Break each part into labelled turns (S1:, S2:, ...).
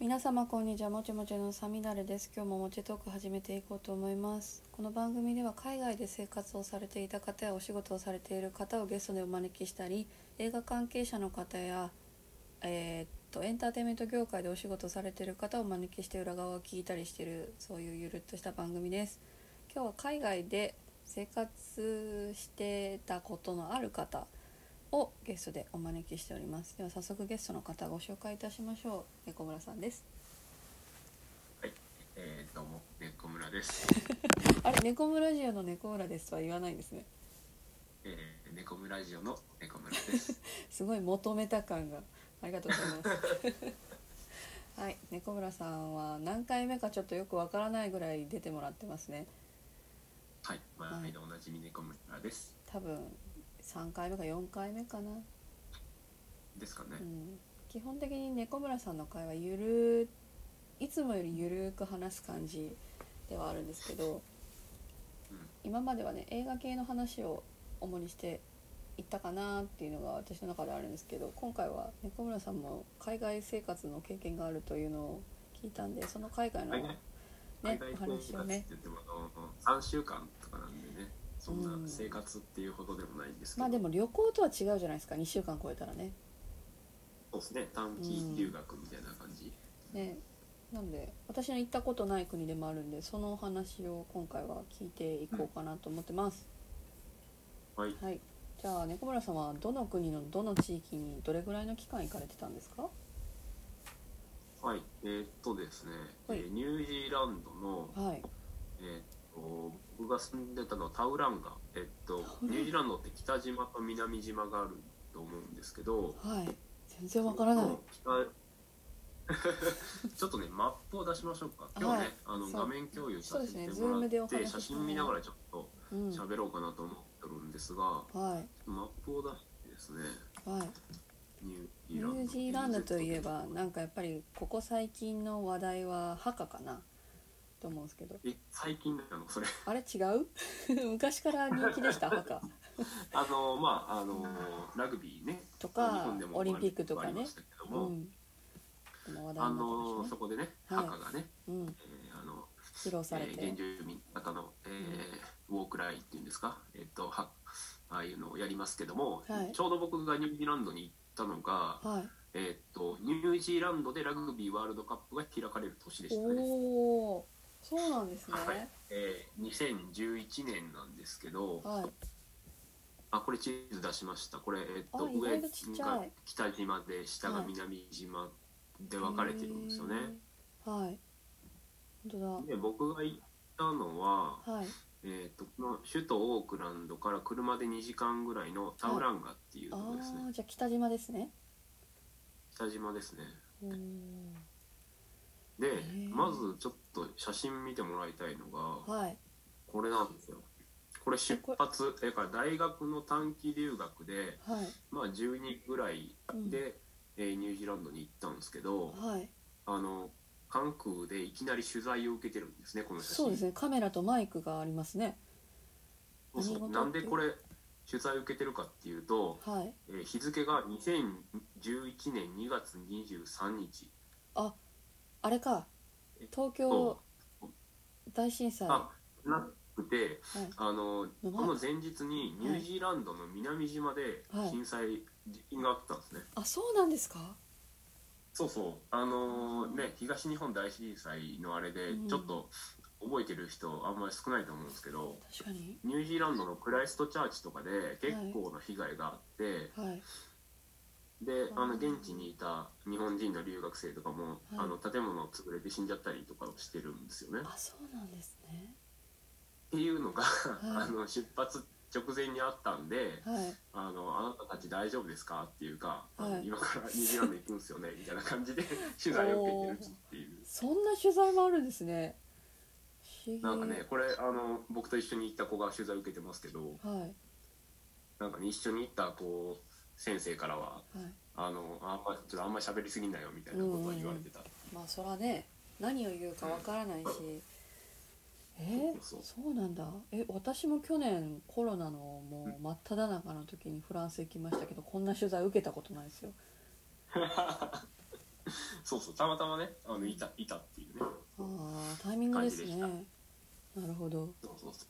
S1: 皆様こんにちはもちもちのさみだれです今日ももちトーク始めていこうと思いますこの番組では海外で生活をされていた方やお仕事をされている方をゲストでお招きしたり映画関係者の方やえーっとエンターテインメント業界でお仕事をされている方をお招きして裏側を聞いたりしているそういうゆるっとした番組です今日は海外で生活してたことのある方をゲストでお招きしておりますでは早速ゲストの方ご紹介いたしましょう猫村さんです
S2: はい、えー、どうも、猫村です。
S1: あれ猫村ジオの猫村ですとは言わないんですね
S2: えー、猫村ラジオの猫村です。
S1: すごい求めた感がありがとうございますはい猫村さんは何回目かちょっとよくわからないぐらい出てもらってますね
S2: はい、毎度おなじみ猫村です。
S1: 多分3回目か4回目かな、
S2: ですかね
S1: う。ん、基本的に猫村さんの会はゆるいつもよりゆるく話す感じではあるんですけど
S2: うん、
S1: 今まではね映画系の話を主にしていったかなっていうのが私の中であるんですけど今回は猫村さんも海外生活の経験があるというのを聞いたんでその海外の、
S2: 海
S1: ね
S2: 外、海外
S1: お
S2: 生活
S1: 話をね
S2: って言っても、あの、三週間とかなんでね。そん
S1: うん
S2: な生活っていうほどでもないんですけど。
S1: まあでも旅行とは違うじゃないですか2週間超えたらね。
S2: そうですね、短期留学みたいな感じ。
S1: ねなので私の行ったことない国でもあるんでそのお話を今回は聞いていこうかなと思ってます。
S2: はい、
S1: はいじゃあ猫村さんはどの国のどの地域にどれぐらいの期間行かれてたんですか
S2: はい、えー、っとですね、
S1: はい
S2: えーニュージーランドの、
S1: はい
S2: えーっと僕が住んでたのはタウランガ、えーっ
S1: タ
S2: と
S1: ウランガ
S2: ニュージーランドって北島と南島があると思うんですけど、
S1: はい全然わからない。
S2: 北ちょっとね、 マップを出しましょうか。今日ね、
S1: はい
S2: あの
S1: そう
S2: 画面共有させても
S1: そう
S2: ら
S1: で
S2: っ
S1: すね Zoom で
S2: て、
S1: お話ししま
S2: 写
S1: すね
S2: 真見ながらちょっと
S1: うん、
S2: 喋ろうかなと思ってるんですが、
S1: はい
S2: マップを出してですね、
S1: はい、
S2: ニュ
S1: ニュージーランドといえばなんかやっぱりここ最近の話題はハカかなと思うんですけど
S2: え最近なのそ れ
S1: あれ違う 昔から人気でしたハカ
S2: あのまああのラグビーね
S1: とか
S2: 日本でも
S1: オリンピックとかね
S2: ありましたけど
S1: う
S2: も、
S1: んでも話題
S2: あ
S1: になって
S2: の
S1: ました
S2: そ
S1: ね、
S2: こでね
S1: はい
S2: 赤がね、
S1: うん、
S2: えーあの
S1: 披露されて、
S2: えー原住民の方の、えーウォークライっていうんですか、えっとはああいうのをやりますけども、
S1: はい
S2: ちょうど僕がニュージーランドに行ったのが、
S1: はい
S2: えっとニュージーランドでラグビーワールドカップが開かれる年でしたね。
S1: おおそうなんですね
S2: はいえー2011年なんですけど、
S1: はい
S2: あこれ地図出しましたこれ、えっ
S1: あ
S2: と
S1: 意
S2: 上
S1: 外とちっちゃい
S2: が北島で下が南島で分かれてるんですよね。
S1: へーはい本
S2: で僕が行ったのは、
S1: 当だはい
S2: えー、とこの首都オークランドから車で2時間ぐらいのタウランガっていうと
S1: あ
S2: こですね、
S1: あーじゃあ北島ですね
S2: 北島ですね
S1: おー
S2: で
S1: ー
S2: まずちょっと写真見てもらいたいのが
S1: はい
S2: これなんですよこれ出発えから大学の短期留学で
S1: はい
S2: まあ12ぐらいで、えーニュージーランドに行ったんですけど
S1: はい
S2: あの関空でいきなり取材を受けてるんですねこの写真
S1: そうですねカメラとマイクがありますね
S2: そうそう
S1: 何事って
S2: なんでこれ取材受けてるかっていうと、
S1: はい
S2: えー日付が2011年2月23日
S1: あれか東京大震災
S2: あ
S1: は
S2: なくてあの
S1: うまい
S2: この前日にニュージーランドの南島で
S1: はい
S2: 震災地震があったんですね、
S1: あそうなんですか
S2: そうそうあのーね東日本大震災のあれで
S1: うん
S2: ちょっと覚えてる人あんまり少ないと思うんですけど
S1: 確かに
S2: ニュージーランドのクライストチャーチとかで結構な被害があって、
S1: はい
S2: で
S1: あー
S2: あの現地にいた日本人の留学生とかも、
S1: い
S2: あの建物潰れて死んじゃったりとかをしてるんですよね。
S1: あそうなんですね
S2: っていうのが、
S1: い
S2: あの出発直前にあったんで
S1: はい
S2: 「あのあなたたち大丈夫ですか?」っていうか、あの
S1: はい
S2: 今からニュージーランド行くんですよね」みたいな感 じで取材を受けてるっていう。
S1: そんな取材もあるんですね不思議
S2: なんかねこれあの僕と一緒に行った子が取材受けてますけど
S1: はい
S2: なんかね一緒に行ったこう先生からは
S1: はい
S2: あのあんまちょっとあんまり喋りすぎんなよみたいなことは言われてた、
S1: まあそらね何を言うかわからないしえー、
S2: そうそう
S1: そうなんだえ私も去年コロナのもう真っ只中の時にフランス行きましたけどこんな取材受けたことないですよ
S2: そうそうたまたまねあのいたいたっていうね
S1: ああタイミングですね
S2: 感
S1: なるほど
S2: そうそうそう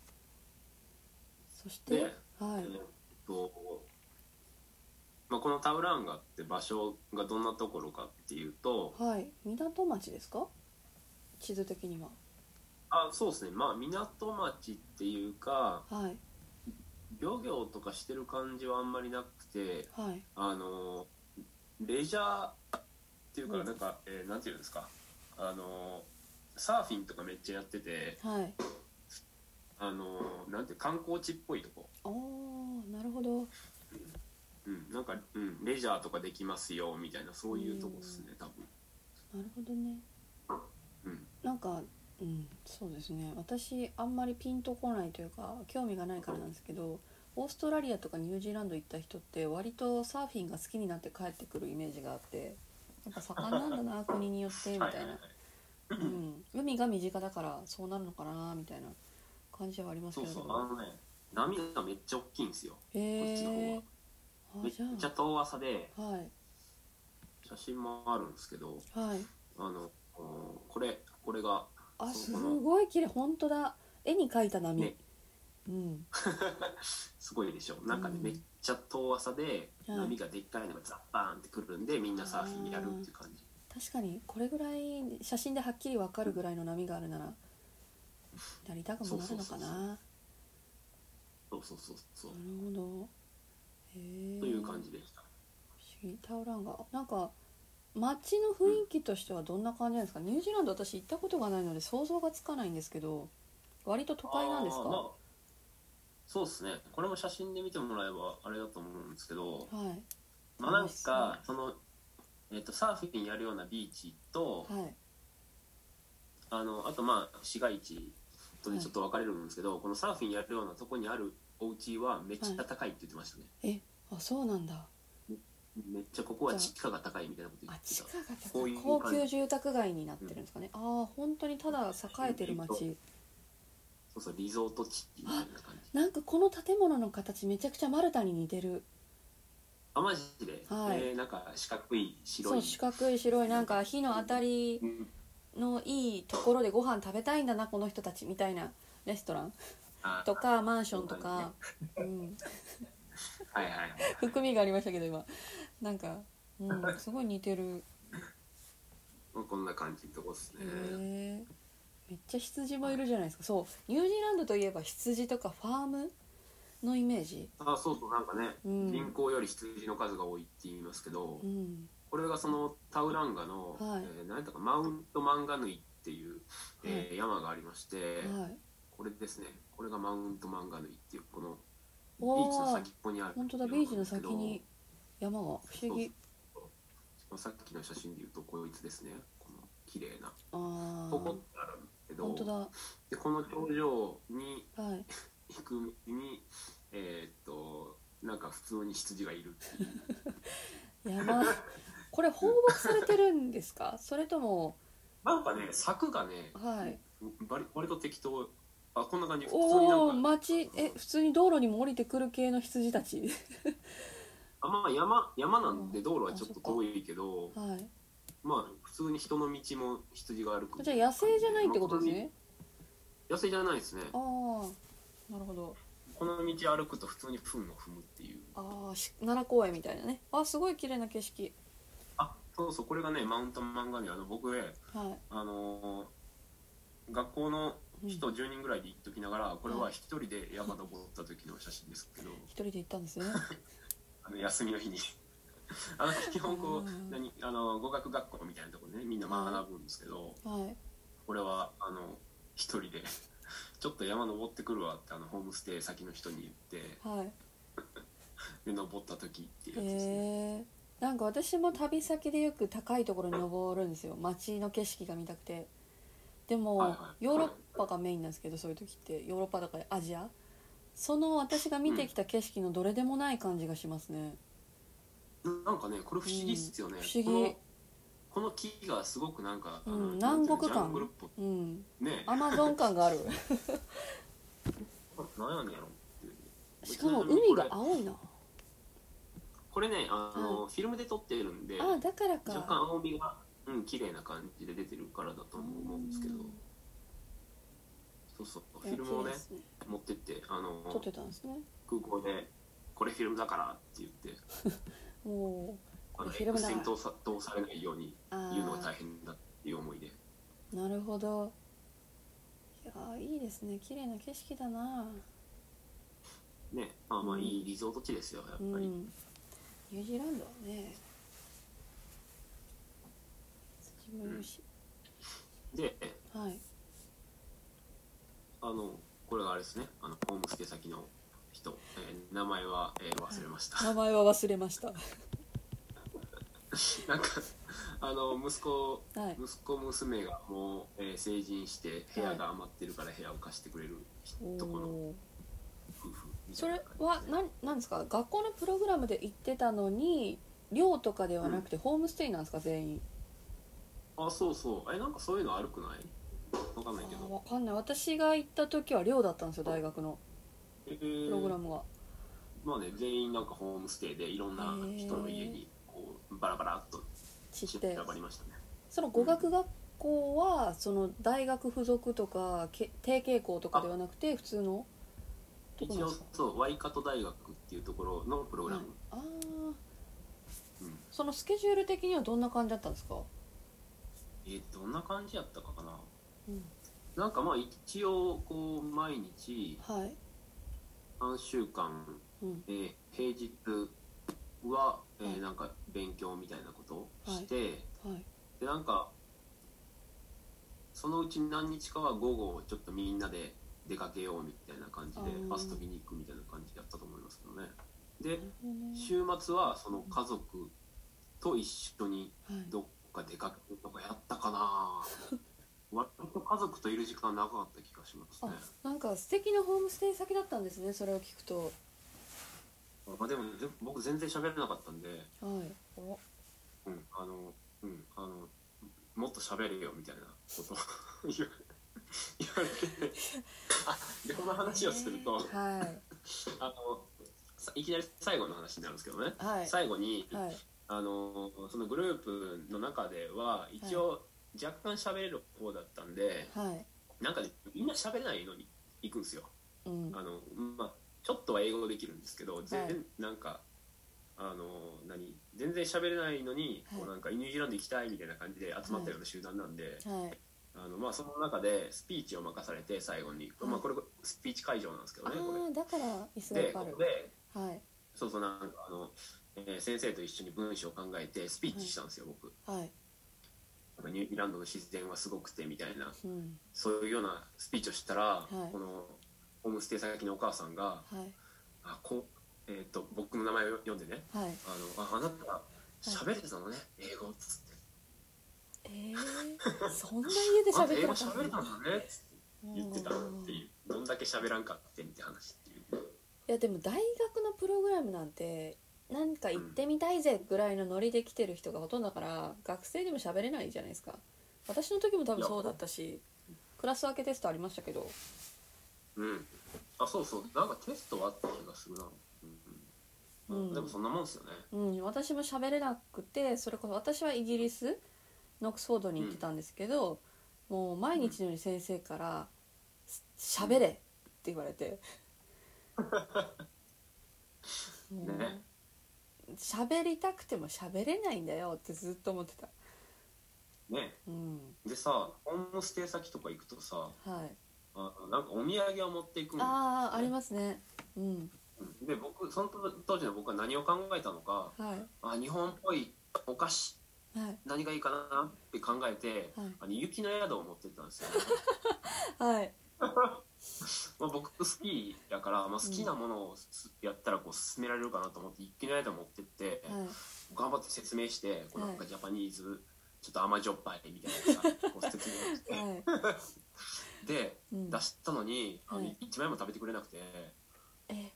S1: そして、
S2: ね
S1: は
S2: え
S1: い
S2: ーっと、まあ、このタウランガって場所がどんなところかっていうと
S1: はい港町ですか地図的には
S2: あそうですねまあ港町っていうか
S1: はい
S2: 漁業とかしてる感じはあんまりなくて
S1: はい
S2: あのレジャーっていう
S1: う
S2: か
S1: ん
S2: なんか、えーなんていうんですかあのサーフィンとかめっちゃやってて
S1: はい
S2: あのなんて観光地っぽいとこ、
S1: ああなるほど
S2: うん、なんか、うん、レジャーとかできますよみたいなそういうとこですね多分
S1: なるほどね
S2: うん
S1: なんかうんそうですね私あんまりピンとこないというか興味がないからなんですけどオーストラリアとかニュージーランド行った人って割とサーフィンが好きになって帰ってくるイメージがあってやっぱ盛んなん だな国によってみた
S2: はい
S1: い
S2: はいは、
S1: ないうん、海が身近だからそうなるのかなみたいな感じはあります
S2: そ
S1: け
S2: う
S1: れど
S2: そう
S1: も
S2: あのね波がめっちゃ大きいんですよ
S1: へ
S2: こっちの方
S1: え
S2: は
S1: あ
S2: めっ
S1: じゃ
S2: ちゃ遠浅で
S1: あはい
S2: 写真もあるんですけど
S1: はい
S2: あのおこれこれが
S1: あす
S2: そうこの
S1: ごい綺麗本当だ絵に描いた波、
S2: ね
S1: うん
S2: すごいでしょなんかね、
S1: うん
S2: めっちゃ遠浅で
S1: はい
S2: 波がでっかいのがザッバーンってくるんでみんなサーフィンやるっていう感じ
S1: 確かにこれぐらい写真ではっきり分かるぐらいの波があるならなりたくもなるのか
S2: そうそうそうそう
S1: な
S2: そうそうそうそう
S1: なるほどへえ
S2: という感じでした
S1: 不思議タオランガなんか街の雰囲気としてはどんな感じなんですか、ニュージーランド私行ったことがないので想像がつかないんですけど割と都会なんですか
S2: あーまあそうですねこれも写真で見てもらえばあれだと思うんですけど
S1: はい
S2: まあな
S1: そ
S2: ん
S1: うです
S2: かそのえっとサーフィンやるようなビーチと
S1: はい
S2: あのあとまあ市街地と
S1: は
S2: で
S1: い
S2: ちょっと分かれるんですけど、このサーフィンやるようなとこにあるお家はめっちゃ高いって言ってましたね、
S1: えあそうなんだ
S2: めっちゃここは地価が高いみたいなこと言
S1: あ
S2: って
S1: 地
S2: た
S1: 下が高い
S2: こういう
S1: 高
S2: 感じ
S1: 級住宅街になってるんですかね、ああ本当にただ栄えてる街
S2: そうそうリゾート地みたいな感じ
S1: なんかこの建物の形めちゃくちゃマルタに似てる
S2: あマジで、
S1: はい
S2: えーなんか四角い白
S1: そ
S2: いう
S1: 四角い白いなんか火の当たり
S2: うん
S1: のいいところでご飯食べたいんだなこの人たちみたいなレストラン
S2: あ
S1: とかマンションとか、うん、
S2: はいはいはい
S1: 含みがありましたけど今なんか、 うん、すごい似てる
S2: まあこんな感じのとこですね
S1: へ、えめっちゃ羊もいるじゃないですかそうニュージーランドといえば羊とかファームのイメージ
S2: あそうそうなんかね、
S1: うん
S2: 人口より羊の数が多いって言いますけど、
S1: うん
S2: これがそのタウランガの、
S1: はい
S2: えーなんだかマウントマンガヌイっていう、えー山がありまして、
S1: はい
S2: これですねこれがマウントマンガヌイっていうこのビ
S1: おー
S2: ーチの先っぽにある
S1: 本当だ
S2: 山
S1: ビ
S2: なん
S1: ーチの
S2: ですけ
S1: 先
S2: ど
S1: に山が不思議
S2: そうさっきの写真で言うとこいつですねこの綺麗な
S1: あ
S2: ポコっ
S1: あ
S2: てあるんですけ
S1: 本当
S2: ど
S1: だ
S2: でこの頂上に
S1: はい
S2: 行くにえーっとなんか普通に羊がいるっていう
S1: 山 これ放牧されてるんですかそれとも
S2: なんかね柵がね
S1: はい
S2: 割割と適当あこんな感じ普通に
S1: おお
S2: なんか
S1: 町え普通に道路にも降りてくる系の羊たち
S2: あまあ山山なん
S1: う
S2: で
S1: ん
S2: 道路はちょっと遠いけど
S1: はい
S2: まあ普通に人の道も羊が歩く
S1: じゃあ野生じゃないってことですね
S2: 野生じゃないですね
S1: ああなるほど
S2: この道歩くと普通に糞を踏むっていう
S1: ああし奈良公園みたいなねあすごい綺麗な景色
S2: あそうそうこれがねマウントマンガニあの僕ね
S1: は
S2: あのー学校の
S1: い、うん、一
S2: 人10人ぐらいで行っときながらこれは一人で山登った時の写真ですけど
S1: 人で行ったん ですよね
S2: あの休みの日に あの基本こ
S1: あ
S2: う
S1: ー
S2: 何あの語学学校みたいなところでねみんな学ぶんですけど
S1: はい
S2: これはあの一人で ちょっと山登ってくるわってあのホームステイ先の人に言って
S1: はい
S2: で登った時っていう
S1: へ
S2: やつですね。
S1: えなんか私も旅先でよく高いところに登るんですよ街の景色が見たくてでも、
S2: はいはい
S1: ヨーロッパがメインなんですけどそういう時ってヨーロッパとかアジアその私が見てきた景色のどれでもない感じがしますね、
S2: なんかねこれ不思議っすよね、
S1: うん不思議
S2: このこの木がすごくなんか、あの
S1: うん
S2: なんていう
S1: 南
S2: の
S1: 国感
S2: ジャングルっぽい
S1: うん
S2: ね
S1: アマゾン感があ る
S2: なんやねんやろっていう
S1: しかも海が
S2: これ
S1: 青いな
S2: これねあの、フィルムで撮ってるんで
S1: あだから
S2: 若
S1: か
S2: 干青みがうん綺麗な感じで出てるからだと思うんですけど、そうそうフィルムをね
S1: いや綺麗ですね
S2: 持ってってあの
S1: 撮ってたんですね
S2: 空港で「これフィルムだから」って言って
S1: もう
S2: あの
S1: フィルムだ
S2: X 線通さ通されないように
S1: あ
S2: 言うのが大変だっていう思いで
S1: ーなるほどいやーいいですね綺麗な景色だな
S2: ねまあまあいいリゾート地ですよやっぱ
S1: う
S2: り、
S1: んニュージーランドはね自分よし、
S2: で
S1: はい
S2: あのこれがあれですねあのホームステイ先の人、えー名前は、えー忘れました、
S1: 名前は忘れましたは
S2: なんかあの息子
S1: い
S2: 息子娘がもう、えー成人して部屋が余ってるから部屋を貸してくれる
S1: お
S2: とこの
S1: ー
S2: 夫婦みた
S1: そ
S2: いな
S1: れ
S2: 感じ
S1: は
S2: ですね
S1: 何なんですか学校のプログラムで行ってたのに寮とかではなくてホームステイなんですか全員
S2: あそうそうえなんかそういうの悪くないわかん
S1: あ
S2: ないけ
S1: ー
S2: ど
S1: わかんない私が行った時は寮だったんですよ大学の
S2: え
S1: プ
S2: ー
S1: ログラムが、
S2: まあね全員なんかホームステイでいろんな人の家にこうバラバラっと
S1: 知っ
S2: 散
S1: て
S2: らばりましたね
S1: その語学学校はその大学附属とかけ定型校とかではなくて普通のと
S2: 一
S1: こなん
S2: 応
S1: ですか
S2: そうワイカト大学っていうところのプログラム、
S1: ああ
S2: うん
S1: そのスケジュール的にはどんな感じだったんですか、
S2: えーどんな感じやったかな
S1: うん、
S2: なんかまあ一応こう毎日
S1: はい、
S2: 3週間、
S1: うん、
S2: えー平日は、えー
S1: はい
S2: なんか勉強みたいなことをして、
S1: はい
S2: でなんかそのうち何日かは午後ちょっとみんなで出かけようみたいな感じで
S1: あー
S2: 遊びに行くみたいな感じだったと思いますけどねで
S1: なるほどね
S2: 週末はその家族と一緒に
S1: はい
S2: どっか出かけるとかやったかな 割と家族といる時間長かった気がしますね
S1: あなんか素敵なホームステイ先だったんですねそれを聞くと
S2: まあ、でもぜ僕全然喋れなかったんで、
S1: はいお
S2: うん、あの、うん、あの、もっと喋れよみたいなことを 言わ言われて、あ、で、この話をすると、
S1: はい
S2: あの、さいきなり最後の話になるんですけどね、
S1: はい
S2: 最後に、
S1: はい
S2: あの、そのグループの中では、一応、若干喋れる方だったんで、
S1: はい
S2: なんかね、みんな喋れないのに行くんですよ。
S1: うん
S2: あのまあちょっとは英語できるんですけど全、
S1: はい
S2: なんかあの何全然喋れないのに、
S1: はい
S2: こうなんかニュージーランド行きたいみたいな感じで集まったような集団なんで、
S1: はい
S2: あのまあその中でスピーチを任されて最後に、
S1: はい
S2: まあこれスピーチ会場なんですけど
S1: あ
S2: ねこれ
S1: あだから椅子がい
S2: で
S1: っぱいあ
S2: こ
S1: る
S2: こで
S1: はい
S2: そうそうなんかあの、えー先生と一緒に文章を考えてスピーチしたんですよ、僕
S1: はい
S2: なんかニュージーランドの自然はすごくてみたいな
S1: うん
S2: そういうようなスピーチをしたら、
S1: い
S2: このホームステイ先のお母さんが
S1: はい
S2: あこう、えー、と僕の名前を読んでね
S1: はい
S2: あのああなた喋れてたのね、英語っつって
S1: えー、そんな家で
S2: あん
S1: 喋
S2: た
S1: って
S2: 英語
S1: た
S2: 喋れたんだねっつって言ってたの
S1: うん
S2: っていうどんだけ喋らんかってんって話っていう
S1: いやでも大学のプログラムなんてなんか行ってみたいぜぐらいのノリで来てる人がほとんどだから学生でも喋れないじゃないですか私の時も多分そうだったしクラス分けテストありましたけど
S2: うんあそうそうなんかテストはあった気がするな、うんうん
S1: うん
S2: でもそんなもんですよね
S1: うん、私も喋れなくてそれこそ私はイギリスノックスフォードに行ってたんですけど、もう毎日のように先生から「す喋れ!」って言われてもう
S2: ね
S1: 喋りたくても喋れないんだよってずっと思ってた
S2: ね
S1: うん
S2: でさホームステイ先とか行くとさ
S1: はい
S2: あなんかお土産を持っていくん
S1: ああありますねうん
S2: うんで僕その当時の僕は何を考えたのか
S1: はい
S2: あ日本っぽいお菓子
S1: はい
S2: 何がいいかなって考えて、
S1: はい
S2: あの雪の宿を持ってったんです よ、
S1: はい
S2: まあ、僕スキーだから、まあ、好きなものをすやったらこう進められるかなと思って雪の宿を持ってって、
S1: はい
S2: 頑張って説明してこう
S1: はい
S2: なんかジャパニーズちょっと甘じょっぱいみたい なさこう説明して
S1: はい
S2: で
S1: うん
S2: 出したのに、あの
S1: はい
S2: 一枚も食べてくれなくて、
S1: え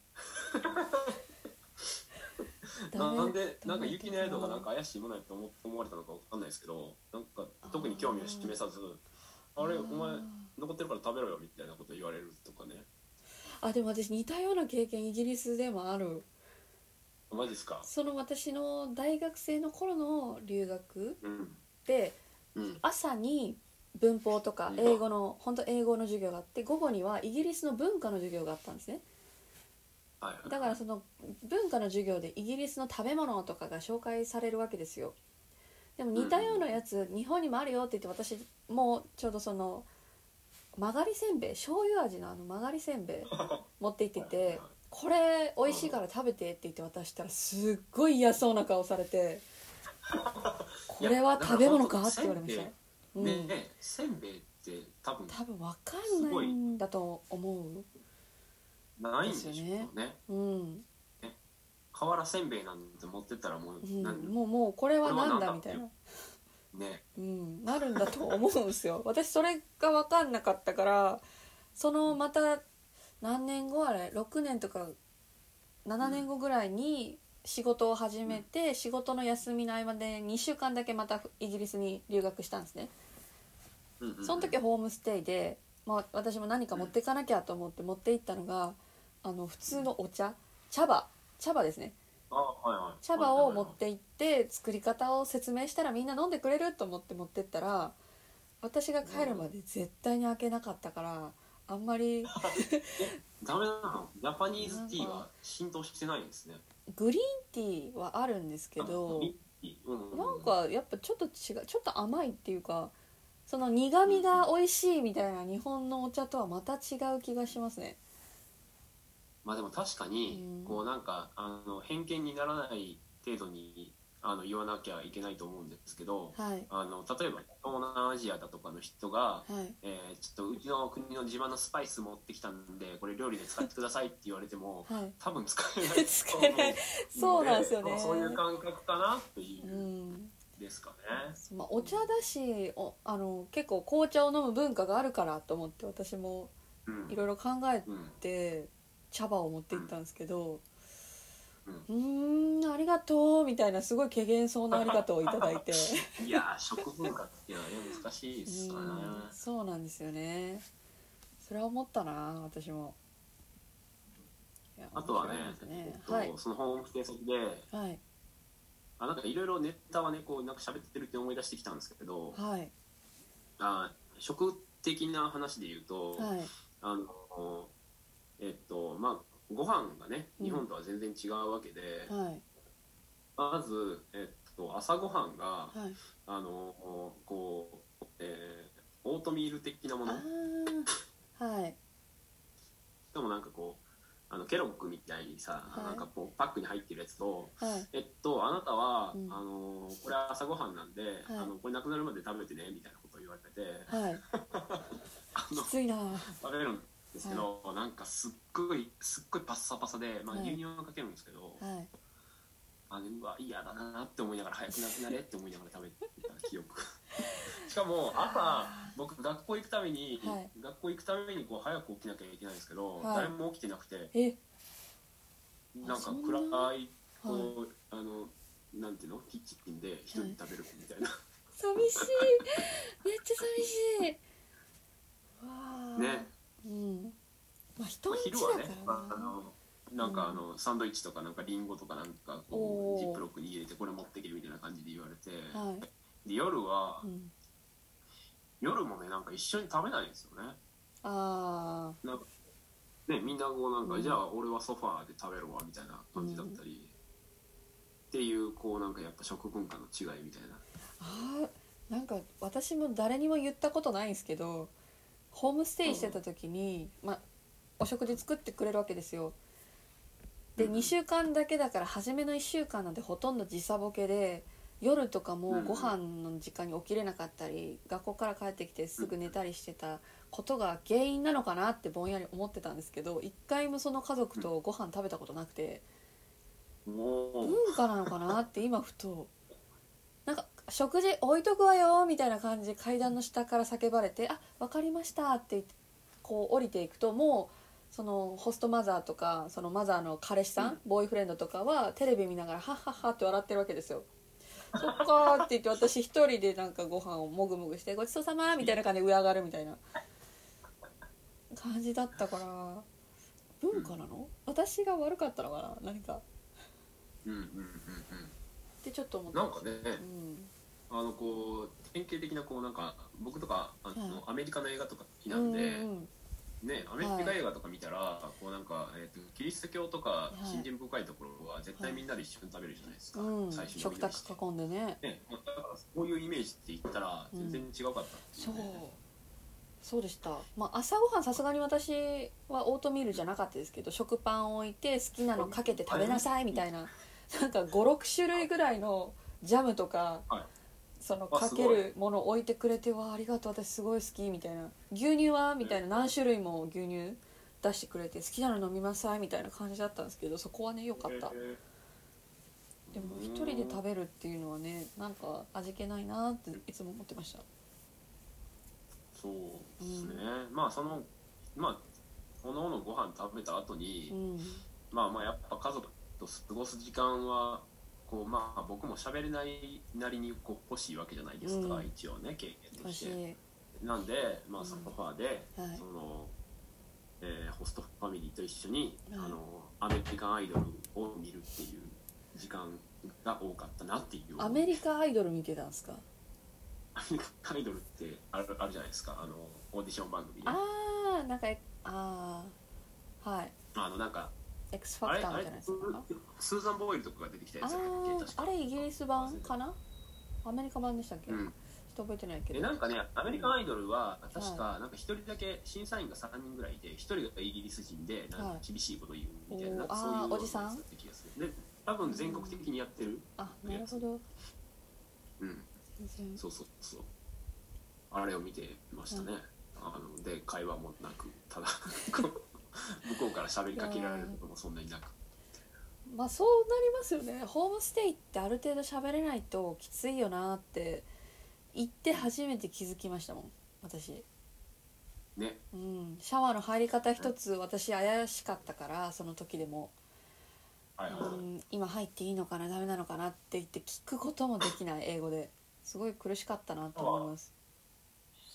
S2: な なんでなんか雪の宿
S1: が
S2: がなんか怪しいものやと思思われたのかわかんないですけどなんか特に興味を示さずあれお前残ってるから食べろよみたいなこと言われるとかね
S1: あでも私似たような経験イギリスでもある
S2: マジですか
S1: その私の大学生の頃の留学
S2: うん
S1: って
S2: うん
S1: 朝に文法とか英語の本当英語の授業があって午後にはイギリスの文化の授業があったんですね
S2: はいはい
S1: だからその文化の授業でイギリスの食べ物とかが紹介されるわけですよでも似たようなやつ日本にもあるよって言って私もうちょうどその曲がりせんべい醤油味のあの曲がりせんべい持って行って
S2: はい はい
S1: てこれ美味しいから食べてって言って渡したらすっごい嫌そうな顔され てこれは食べ物かって言われましたねう
S2: ね
S1: ん
S2: えせんべいって多分
S1: 多分わかんないんだと思
S2: ないんでしょうね
S1: ですよううん
S2: 瓦せんべいなんて持ってったらもう、
S1: う
S2: なん
S1: ん、もうもうこれはなんだみたいな
S2: ね
S1: うん、なるんだと思うんですよ 私それが分かんなかったからそのまた何年後あれ6年とか7年後ぐらいに仕事を始めて、仕事の休みの合間で2週間だけまたイギリスに留学したんですね
S2: うんうんうん
S1: その時ホームステイで、まあ、私も何か持っていかなきゃと思って持って行ったのがあの普通のお茶茶葉茶葉ですね
S2: あはいはい
S1: 茶葉を持って行って作り方を説明したらみんな飲んでくれると思って持ってったら私が帰るまで絶対に開けなかったからあんまり
S2: ダメなのジャパニーズティーは浸透してないんですね
S1: グリーンティーはあるんですけど
S2: うんうん、
S1: なんかやっぱちょっと違うちょっと甘いっていうかその苦味が美味しいみたいな日本のお茶とはまた違う気がしますね。
S2: まあでも確かに、
S1: うん
S2: こうなんかあの偏見にならない程度にあの言わなきゃいけないと思うんですけど
S1: はい、
S2: あの例えば東南アジアだとかの人が、
S1: はい
S2: えーちょっとうちの国の自慢のスパイス持ってきたんでこれ料理で使ってくださいって言われても
S1: はい、
S2: 多分使えない
S1: 使えないそうなんですよね
S2: まあそういう感覚かなっていううんですかね、
S1: まあ、お茶だしおあの結構紅茶を飲む文化があるからと思って私も
S2: うん
S1: いろいろ考え
S2: うん
S1: って茶葉を持って行ったんですけど「
S2: う
S1: うーんありがとう」みたいなすごい怪げそうなありがとうをいただい て
S2: いやー食文化っていうのはね難しいですからね
S1: うんそうなんですよねそれは思ったな私もいや
S2: あとはね
S1: 面白いですね
S2: えっと
S1: はい
S2: そのホームステイ先で
S1: はい
S2: あなんかいろいろネタはねこうなんか喋ってるって思い出してきたんですけど、
S1: はい
S2: あ食的な話で言うと、
S1: はい
S2: あのえっとまあご飯がね
S1: うん
S2: 日本とは全然違うわけで、
S1: はい
S2: まず、えっと、朝ごはんが
S1: はい
S2: あのこう、えーオートミール的なもの
S1: あ
S2: し
S1: ーはい
S2: かもなんかこうあのケロッグみたいにさ、
S1: はい
S2: なんかこうパックに入ってるやつと
S1: はい
S2: えっと、あなたは、
S1: うん
S2: あのこれは朝ごはんなんで、あのこれなくなるまで食べてねみたいなことを言われてて
S1: はい
S2: あ
S1: き
S2: の
S1: ついな
S2: 食べるんですけど、なんかすっごいすっごいパッサパサで、まあ、
S1: はい
S2: 牛乳をかけるんですけど、
S1: はい
S2: あのうわ嫌だなって思いながら早くなくなれって思いながら食べてた記 憶しかも朝僕学校行くために、
S1: はい
S2: 学校行くためにこう早く起きなきゃいけないんですけど、
S1: はい
S2: 誰も起きてなくて
S1: え
S2: なん
S1: そ
S2: か
S1: んな
S2: 暗いこ
S1: は
S2: う、あのなんていうのキッチンで一人で食べるみたいな。
S1: 寂しいめっちゃ寂しいわあ
S2: ね
S1: うんまあ人んちだ
S2: 昼
S1: か
S2: は
S1: ら
S2: ね
S1: な、
S2: あのなんかあのサンドイッチとかなんかリンゴとかなんか
S1: お
S2: こ
S1: ー
S2: うジップロックに入れてこれ持ってけるみたいな感じで言われて
S1: はい、
S2: で夜は
S1: うん、
S2: 夜もねなんか一緒に食べないんですよね
S1: あ
S2: なんかねみんなこうなん
S1: う
S2: か
S1: ん
S2: じゃあ俺はソファーで食べるわみたいな感じだったりっていうこうなんかやっぱ食文化の違いみたいな
S1: ーあーなんか私も誰にも言ったことないんですけどホームステイしてた時に、まあ、お食事作ってくれるわけですよで
S2: うん
S1: 2週間だけだから初めの1週間なんてほとんど時差ボケで夜とかもご飯の時間に起きれなかったり学校から帰ってきてすぐ寝たりしてたことが原因なのかなってぼんやり思ってたんですけど一回もその家族とご飯食べたことなくて。
S2: もう
S1: 文化なのかなって今ふとなんか食事置いとくわよみたいな感じで階段の下から叫ばれて「あわかりました」って言ってこう降りていくともうそのホストマザーとかそのマザーの彼氏さん、
S2: うん
S1: ボーイフレンドとかはテレビ見ながら「はっはっは」って笑ってるわけですよ。そっかーって言って私一人でなんかご飯をもぐもぐして「ごちそうさま」みたいな感じで上がるみたいな感じだったから文化なの私が悪かったのかな何か
S2: うんうんうん
S1: ってちょっと思っ
S2: うん
S1: た
S2: なんかね
S1: うん
S2: あのこう典型的なこうなんか僕とかあの、
S1: はい
S2: アメリカの映画とか好きな
S1: うんん
S2: で、
S1: うん
S2: ねアメリカ映画とか見たら、こうなんか、えー、とキリスト教とか
S1: い
S2: 信心深いところは絶対みんなで一緒に食べるじゃないですか、
S1: うん、
S2: 最初に
S1: 食卓囲んでね
S2: ね、まあだからそういうイメージって言ったら全然違うかったってい
S1: そうう
S2: ね、
S1: そうでした、まあ、朝ごはんさすがに私はオートミールじゃなかったですけど食パンを置いて好きなのかけて食べなさいみたいななんか56種類ぐらいのジャムとか、
S2: はい
S1: その
S2: あ
S1: かけるもの置いてくれてわあありがとう私すごい好きみたいな牛乳はみたいな何種類も牛乳出してくれて好きなの飲みなさいみたいな感じだったんですけどそこはね良かった
S2: えー
S1: でも一人で食べるっていうのはねなんか味気ないなっていつも思ってました
S2: そうですね、まあそのまあおのおのご飯食べた後に、
S1: うん
S2: まあまあやっぱ家族と過ごす時間はこうまあ僕も喋れないなりにこう欲しいわけじゃないですか、
S1: うん
S2: 一応ね経験と
S1: 美味
S2: し
S1: してい
S2: なんでま
S1: うん
S2: あソファーで、
S1: はい
S2: その、えーホストファミリーと一緒に、
S1: はい
S2: あのアメリカンアイドルを見るっていう時間が多かったなっていう
S1: アメリカアイドル見てたんですか
S2: アメリカンアイドルってあるあるじゃないですかあのオーディション番組で
S1: あーなんかえあーはい
S2: あのなんか
S1: X フ
S2: あ
S1: ァ
S2: れ
S1: クター
S2: あ
S1: み
S2: れ
S1: たいなやつ
S2: ス
S1: なのか
S2: ースーザン・ボイルとかが出てきたや
S1: あ
S2: つだっけ確
S1: ー
S2: か
S1: あれイギリス版かなアメリカ版でしたっけ、
S2: うん
S1: ちょっと覚えてないけ
S2: え
S1: ど
S2: なんかねアメリカンアイドルは確かなんか一人だけ審査員が3人ぐらいいて一人がイギリス人でなん
S1: はい
S2: か厳しいこと言うみたいな,、
S1: おー
S2: なんかそういう
S1: あーおじさん
S2: やつだった気がするで多分全国的にやってる
S1: あなるほど
S2: うん
S1: 全然
S2: そうそうそうあれを見てましたね、あので会話もなくただこう向こうから喋りかけられることもそんなになく
S1: まあそうなりますよねホームステイってある程度喋れないときついよなって行って初めて気づきましたもん私
S2: ね
S1: うんシャワーの入り方一つ私怪しかったからその時でも
S2: はいはい、
S1: うん今入っていいのかなダメなのかなって言って聞くこともできない英語ですごい苦しかったなと思います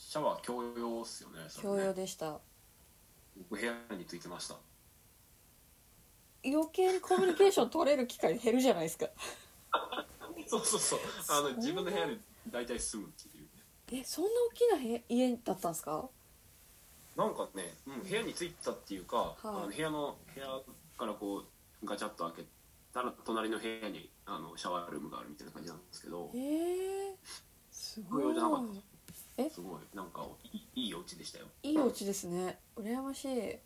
S2: シャワー共用っすよねそれね
S1: 教養でした
S2: 僕部屋についてました
S1: 余計にコミュニケーション取れる機会減るじゃないです か
S2: そうそうそうあ
S1: そう
S2: の自分の部屋で大体住むっていうね
S1: えそんな大きな部屋家だったんですか
S2: なんかね、うん、部屋に着いたっていうか、
S1: い
S2: あの部屋の部屋からこうガチャッと開けたら隣の部屋にあのシャワールームがあるみたいな感じなんですけど
S1: えー、すごい
S2: 教養じゃなかった
S1: え
S2: すごいなんかいいいいお家でしたよ
S1: いいお家ですね羨ましい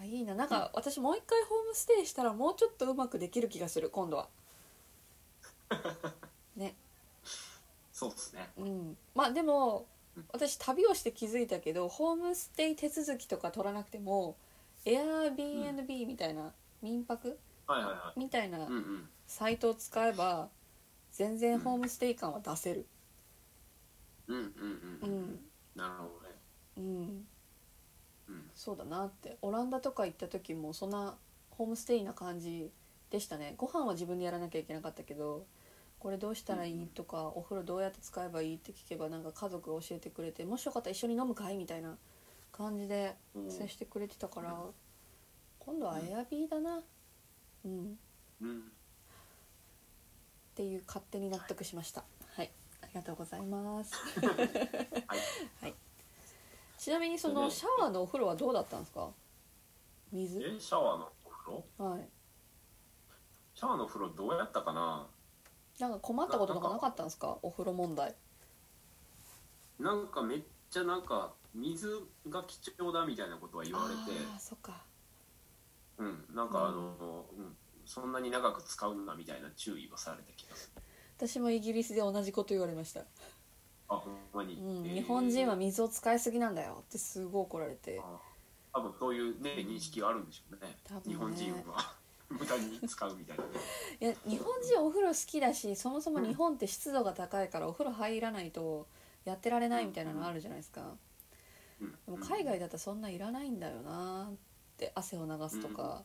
S1: あいいななんか私もう一回ホームステイしたらもうちょっとうまくできる気がする今度は
S2: そうですね
S1: うんまあでも
S2: うん
S1: 私旅をして気づいたけどホームステイ手続きとか取らなくても Airbnb みたいな、民泊
S2: はいはいは
S1: みたいない
S2: うんうん
S1: サイトを使えば全然ホームステイ感は出せる
S2: うんうんうん、
S1: うん
S2: なるほどね
S1: うん
S2: うん
S1: そうだなってオランダとか行った時もそんなホームステイな感じでしたねご飯は自分でやらなきゃいけなかったけどこれどうしたらいいとか、お風呂どうやって使えばいいって聞けばなんか家族が教えてくれてもしよかったら一緒に飲むかいみたいな感じで
S2: おー
S1: 接してくれてたから、
S2: う
S1: 今度はエアビーだなうん、っ
S2: うん
S1: ていう勝手に納得しましたはいありがとうございます
S2: はい
S1: ちなみにそのシャワーのお風呂はどうだったんですか水
S2: えシャワーのお風呂
S1: はい
S2: シャワーのお風呂どうやったかな
S1: なんか困ったこととかなかったんですかお風呂問題
S2: なんかめっちゃなんか水が貴重だみたいなことは言われて
S1: あーそっか
S2: うんなんかあの、うん、そんなに長く使うなみたいな注意はされた気がする
S1: 私もイギリスで同じこと言われました、
S2: あほんまに、
S1: うん
S2: えー
S1: 日本人は水を使いすぎなんだよってすごい怒られて
S2: あ多分そういうね認識があるんでしょうね
S1: 多分ね
S2: 日本人は 無駄に使うみたいなね
S1: いや日本人お風呂好きだしそもそも日本って湿度が高いからお風呂入らないとやってられないみたいなのあるじゃないですかで
S2: うん
S1: も海外だったらそんないらないんだよなって汗を流すとか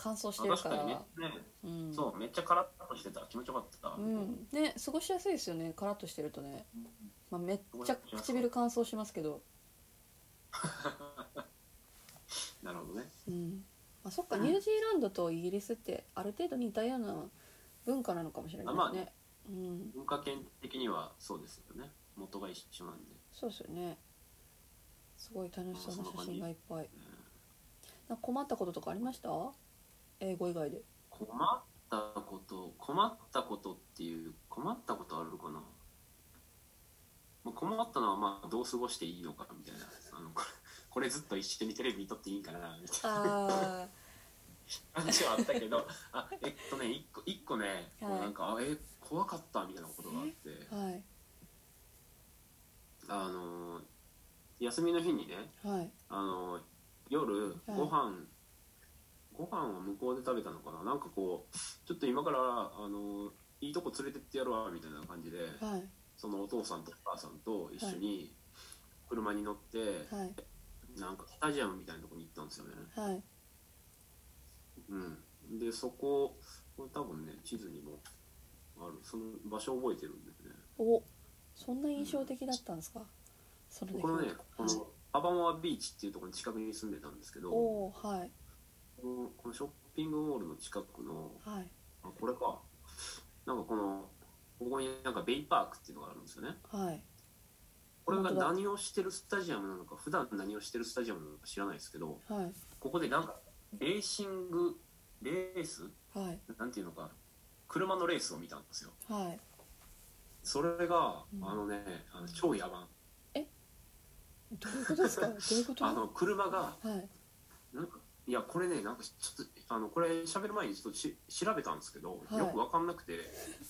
S1: 乾燥して
S2: あ
S1: る
S2: 確
S1: か
S2: かにね
S1: ら
S2: ね、
S1: うん
S2: そうめっちゃカラッとしてた気持ちよかった、
S1: うんね過ごしやすいですよねカラッとしてるとねまあめっちゃ唇乾燥しますけど
S2: なるほどね
S1: うん、あそっか
S2: うん
S1: ニュージーランドとイギリスってある程度似たような文化なのかもしれないですね。うん
S2: 文化圏的にはそうですよね元が一緒なんで、
S1: そうですよねすごい楽しそうな写真がいっぱい
S2: うん
S1: なんか困ったこととかありました英語以外で
S2: 困ったこと困ったことっていう困ったことあるかな、まあ、困ったのはまあどう過ごしていいのかみたいなあのこれこれずっと一緒にテレビ見とっていいんかなみたいな
S1: あ
S2: 話はあったけどあえっとね一個一個ね、こう
S1: はい
S2: なんかあえ怖かったみたいなことがあって
S1: あはい
S2: あのー休みの日にね
S1: はい
S2: あのー
S1: は
S2: 夜
S1: い
S2: ご飯、ご飯は向こうで食べたのかななんかこうちょっと今からあのーいいとこ連れてってやるわみたいな感じで
S1: はい
S2: そのお父さんとお母さんと一緒に車に乗って、
S1: はい
S2: なんかスタジアムみたいなとこに行ったんですよね。
S1: はい
S2: うん、でそここれ多分ね地図にもあるその場所覚えてるんだよね
S1: おそんな印象的だったんですかその出来
S2: 僕のねこ
S1: 事はい
S2: のアバモアビーチっていうところの近くに住んでたんですけどこ
S1: おおはい
S2: のこのショッピングモールの近くの
S1: はい
S2: あこれかなんかこのここになんかベイパークっていうのがあるんですよね
S1: はい
S2: これが
S1: 本当だ
S2: 何をしてるスタジアムなのか普段何をしてるスタジアムなのか知らないですけど
S1: はい
S2: ここでなんかレーシングレース
S1: はい
S2: なんていうのか車のレースを見たんですよ
S1: はい
S2: それが、
S1: うん
S2: あのねあの超野蛮
S1: どういうこと ですかどういうこと
S2: あの車が
S1: はい
S2: なんかいやこれねなんかちょっとあのこれ喋る前にちょっとし調べたんですけど、
S1: はい
S2: よく分かんなくて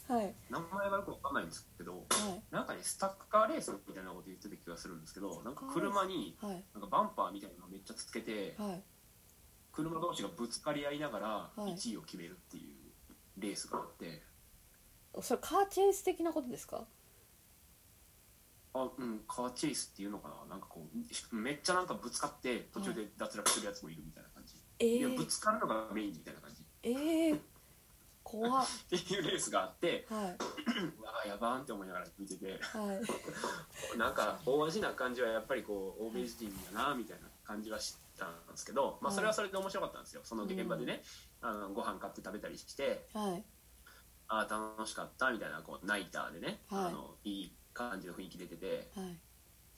S1: はい
S2: 名前がよく分かんないんですけど
S1: はい
S2: なんかねスタッカーレースみたいなこと言ってた気がするんですけどなんか車に
S1: はい
S2: なんかバンパーみたいなのめっちゃつけて
S1: はい
S2: 車同士がぶつかり合いながら
S1: はい
S2: 1位を決めるっていうレースがあって
S1: それカーチェイス的なことですか
S2: あうんカーチェイスっていうのかななんかこうめっちゃなんかぶつかって途中で脱落するやつもいるみたいな感じ、
S1: え
S2: いやぶ
S1: ー、
S2: つかるのがメインみたいな感じ
S1: えー、怖っ
S2: っていうレースがあって
S1: は
S2: うわあやばーんって思いながら見てて
S1: いはい
S2: なんか大味な感じはやっぱりこう欧米人だなみたいな感じはしたんですけど、まあ、それはそれで面白かったんですよその現場でね、あのご飯買って食べたりして
S1: はい
S2: ああ楽しかったみたいなこうナイターでね、
S1: はい
S2: い、あのいい感じの雰囲気出てて
S1: はい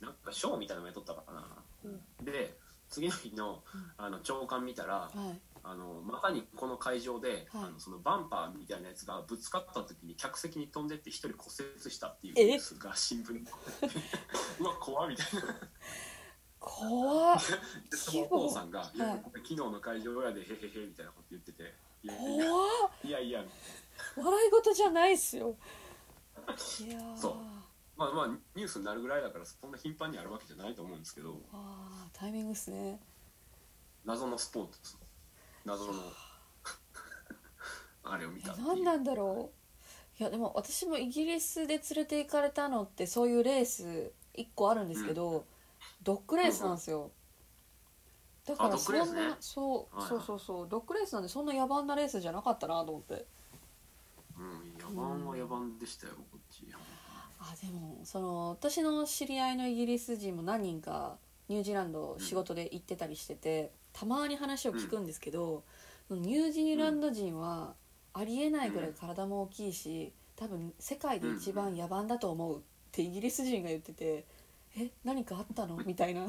S2: なんかショーみたいなのやっとったかな、
S1: う
S2: で次の日の
S1: うん
S2: あの朝刊見たら、
S1: はい
S2: あのまさにこの会場で、
S1: はい
S2: あのそのバンパーみたいなやつがぶつかった時に客席に飛んでって一人骨折したっていう
S1: え
S2: ニュースが新聞に うわ怖みたいな
S1: 怖っ
S2: でそのお父さんが「いや
S1: はい
S2: これ昨日の会場やでへへへ」みたいなこと言ってて「いやい
S1: 怖
S2: や
S1: っ
S2: いやいや
S1: 笑い事じゃないっすよいやー
S2: そうまあまあニュースになるぐらいだからそんな頻繁にあるわけじゃないと思うんですけど
S1: あータイミングっすね
S2: 謎のスポーツです 謎のあれを見
S1: え
S2: たって
S1: 何
S2: い
S1: な
S2: うん
S1: だろういやでも私もイギリスで連れて行かれたのってそういうレース1個あるんですけど、ドッグレースなんですよ、だから
S2: あドッ
S1: そ
S2: グ
S1: ん
S2: レ
S1: な、
S2: ースね
S1: そう
S2: はいはい
S1: そうそうそうドッグレースなんでそんな野蛮なレースじゃなかったなと思って
S2: うん野蛮は野蛮でしたよこっち
S1: あでもその私の知り合いのイギリス人も何人かニュージーランド仕事で行ってたりしてて、たまに話を聞くんですけど、ニュージーランド人はありえないぐらい体も大きいし多分世界で一番野蛮だと思うってイギリス人が言ってて「え何かあったの?」みたいな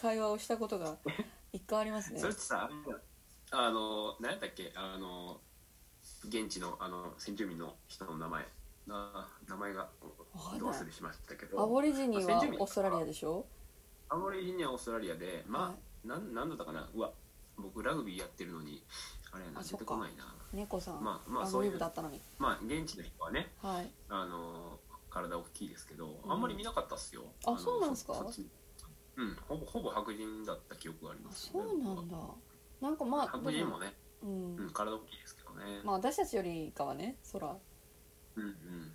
S1: 会話をしたことが一回ありますね
S2: そ。れってさあれだあの何やったっけあの現地のあの先住民の人の名前な名前が
S1: わかん
S2: ど
S1: ない
S2: 忘れしましたけ
S1: アボ
S2: ど
S1: リジニは
S2: 先住民
S1: オーストラリアでしょ
S2: アボリジニアオーストラリアで
S1: は
S2: まあなんなんだったかなうわ僕ラグビーやってるのにあれやな
S1: あ
S2: 出
S1: そっか
S2: てこないな
S1: 猫さん、
S2: まあまあ
S1: ア
S2: そ
S1: ボ
S2: うい
S1: リ
S2: う
S1: ブだったのに。
S2: まあ現地の人はね
S1: はい、
S2: あの体大きいですけど
S1: うん
S2: あんまり見なかったっすよ、
S1: あ
S2: の
S1: そうなんすか
S2: そそっちうんほぼほぼ白人だった記憶があり
S1: あ
S2: ます
S1: そうなんだなんかまあ
S2: 白人もね、
S1: うん
S2: うん、体大きいですけどね、
S1: まあ私たちよりかはね空
S2: うんうん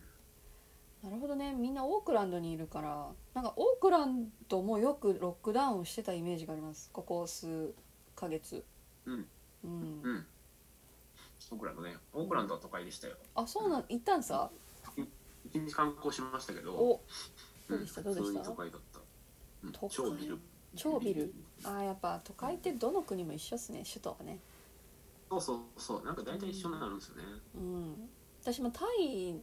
S1: なるほどねみんなオークランドにいるからなんかオークランドもよくロックダウンしてたイメージがありますここ数ヶ月
S2: うん
S1: うん、
S2: うん。オークランドね。オークランドは都会でしたよ。
S1: あそうなん行ったんさ
S2: 一日観光しましたけど、
S1: おどうでした
S2: ん
S1: どうでした
S2: 普通に都会だった。うん
S1: 都会
S2: 超ビル。
S1: 超ビルあーやっぱ都会ってどの国も一緒っすね首都はね
S2: そうそうそう。なんか大体一緒になるんですよね。
S1: うん私もタイ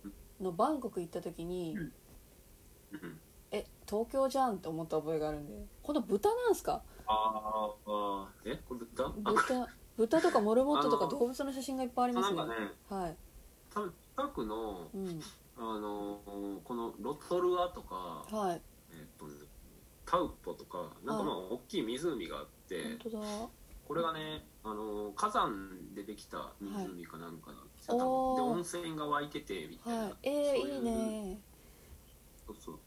S1: のバンコク行った時に
S2: うんうん
S1: 「え東京じゃん」って思った覚えがあるんでこの豚なんすか
S2: あーあーえこれ豚あ
S1: 豚豚とかモルモットとか
S2: あの
S1: 動物の写真がいっぱいありま
S2: な
S1: す
S2: ん
S1: ね
S2: かね
S1: はい、
S2: 多分近くの
S1: うん、
S2: あのーこのロトルアとか、
S1: はい
S2: えっとタウポとかなんかまあ大きい湖があって、
S1: 本当だ
S2: これがね、あのー火山でできた湖かなんかなんですよ、
S1: はい
S2: 多分
S1: おー
S2: で温泉が湧いててみたいな、
S1: はいえー、
S2: そう
S1: いいうね
S2: そうそう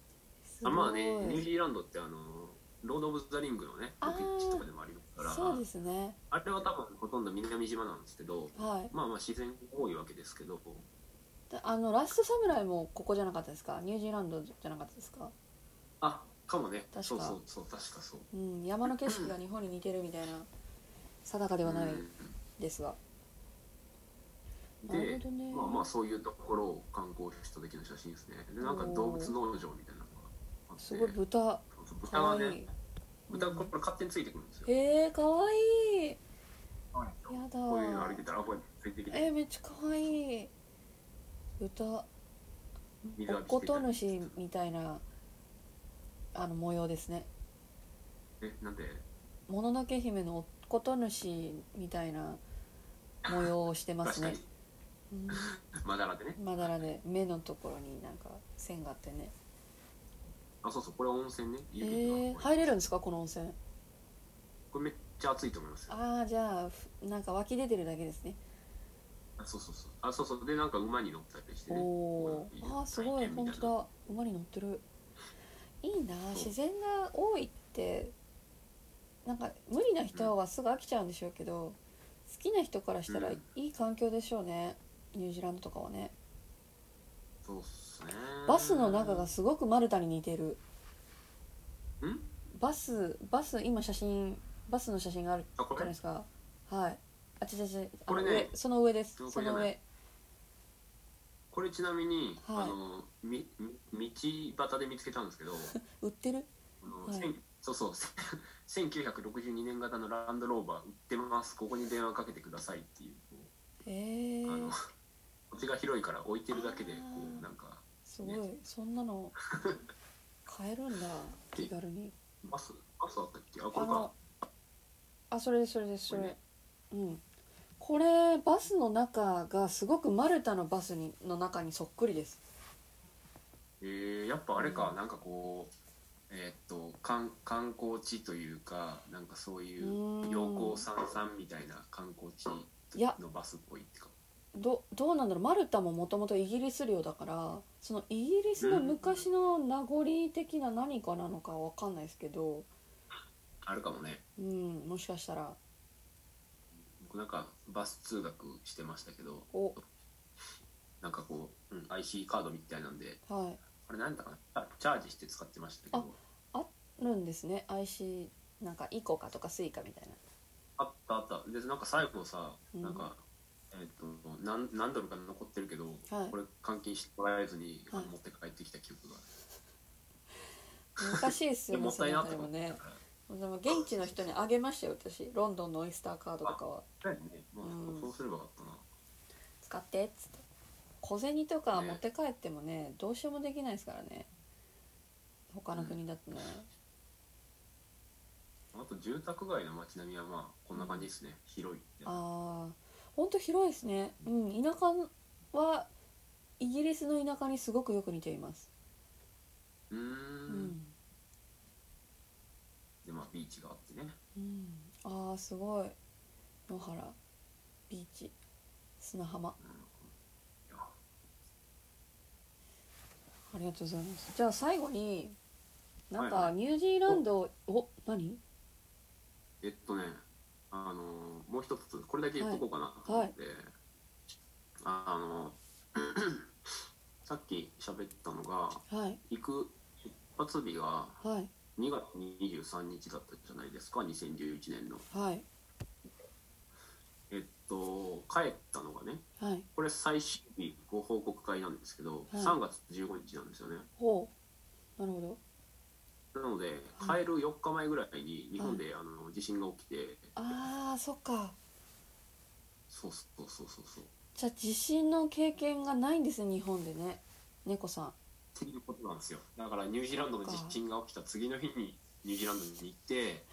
S1: すご
S2: あ
S1: い、
S2: まあねニュージーランドってあのーロード・オブ・ザ・リングのねロケ地とかでもありますか
S1: そう
S2: ら
S1: ですね
S2: あれは多分ほとんど南島なんですけど
S1: はい
S2: まあまあ自然多いわけですけど
S1: であのラストサムライもここじゃなかったですかニュージーランドじゃなかったですか
S2: あかもね
S1: 確か
S2: そうそうそう確かそう
S1: うん山の景色が日本に似てるみ たいな定かではない
S2: うん
S1: ですが、なる
S2: で
S1: ほどね
S2: まあまあそういうところを観光した時の写真ですねでなんか動物農場みたいなのがあって
S1: すごい豚
S2: そう
S1: か
S2: 豚
S1: わ
S2: はい
S1: い、
S2: ね豚
S1: うん
S2: これ勝手についてくるんですよ、
S1: えー、かわいい
S2: はい
S1: やだ
S2: こういうの歩いてたらあこれついてきて
S1: えー、めっちゃかわいい豚
S2: 水
S1: お
S2: 浴び
S1: こ
S2: してた
S1: と
S2: り
S1: 主みたいなあの模様ですね
S2: えなんで
S1: もののけ姫のおこと主みたいな模様をしてます
S2: 確か
S1: ね
S2: に、まだらでね
S1: うんまだらで目のところになんか線があってね
S2: あそうそうこれ温泉ね
S1: え
S2: 湯
S1: ー、
S2: 船とかこれ
S1: 入れるんですかこの温泉
S2: これめっちゃ暑いと思いますよ
S1: ああじゃあふなんか湧き出てるだけですね
S2: あそうそうそうあそうそうでなんか馬に乗ったりして
S1: お
S2: ね
S1: お
S2: こう
S1: ーあーすごい
S2: 体験み
S1: 本
S2: たな
S1: 当だ馬に乗ってるいいな
S2: そう
S1: 自然が多いってなんか無理な人はすぐ飽きちゃうんでしょうけど、好きな人からしたら
S2: う
S1: い
S2: ん
S1: い環境でしょうね、ニュージーランドとかはね
S2: そうっすね
S1: バスの中がすごくマルタに似てる
S2: ん
S1: バスバス今写真バスの写真があるじ
S2: あこ
S1: ゃない
S2: れ
S1: ですかはいあ違う違う違うあ
S2: こ
S1: の
S2: れ
S1: 上、
S2: ね
S1: その上です
S2: でもこ
S1: そ
S2: れじゃ
S1: の
S2: ない
S1: 上
S2: これちなみに、
S1: はい
S2: あのみみ道端で見つけたんですけどあ
S1: 売ってる
S2: の、
S1: はい
S2: せんそうそう せん1962年型のランドローバー売ってますここに電話かけてくださいっていう
S1: え
S2: あ
S1: ー、
S2: の 土地が広いから置いてるだけでこ
S1: あー
S2: うなんか
S1: すごい、そんなの買える んだ気軽に
S2: バスバスあったっけあ
S1: あ
S2: これか
S1: のあそれですそれですそれ
S2: これね
S1: うんこれバスの中がすごくマルタのバスにの中にそっくりです
S2: えー、やっぱあれか、
S1: うん
S2: なんかこうえーっと観観光地というかなんかそういう
S1: うーん
S2: 陽光さんさんみたいな観光地
S1: いや
S2: のバスっぽいってか
S1: どどうなんだろうマルタももともとイギリス領だからそのイギリスの昔の名残的な何かなのかわかんないですけど
S2: あるかもね
S1: うんもしかしたら
S2: 僕なんかバス通学してましたけど
S1: お
S2: なんかこう、うん、IC カードみたいなんで
S1: はい
S2: あれなんだかなあチャージして使ってましたけど
S1: あるんですね IC なんかイコカとかスイカみたいな
S2: あったあったでなんか最後さ
S1: うん
S2: なんか、えーっと何何ドルか残ってるけど、
S1: はい
S2: これ換金してもらえずに、
S1: はい
S2: 持って帰ってきた記憶がある
S1: 難しいです
S2: で
S1: よ ね
S2: もっ
S1: そ
S2: たい
S1: のあ
S2: なって
S1: り
S2: 思
S1: も
S2: って
S1: ね
S2: たから
S1: でも現地の人にあげましたよ私ロンドンのオイスターカードとかは
S2: だよね、まあ
S1: うん
S2: そうすればよかったな
S1: 使ってっつって小銭とか持って帰ってもねどうしようもできないですからね他の国だとね、
S2: あと住宅街の街並みはまあこんな感じですね広いって
S1: ああほんと広いですねうん田舎はイギリスの田舎にすごくよく似ています
S2: うーん
S1: うん、
S2: でまあビーチがあってね
S1: うん、ああすごい野原ビーチ砂浜
S2: いや
S1: ありがとうございますじゃあ最後になん
S2: はい
S1: か
S2: は
S1: ニュージーランドお何
S2: えっとねあのもう一つこれだけ言っとこうかなと思って、あの さっき喋ったのが
S1: はい
S2: 行く出発日が
S1: はい
S2: 2月23日だったじゃないですか2011年の
S1: はい
S2: えっと帰ったのがね
S1: はい
S2: これ最終日ご報告会なんですけど、
S1: はい
S2: 3月15日なんですよね
S1: ほうなるほど
S2: なので
S1: はい
S2: 帰る4日前ぐらいに日本で、あの地震が起きて
S1: あーそっか
S2: そうそうそうそうそう
S1: じゃあ地震の経験がないんですね日本でね猫さん
S2: っていうことなんですよだからニュージーランドの地震が起きた次の日にニュージーランドに行って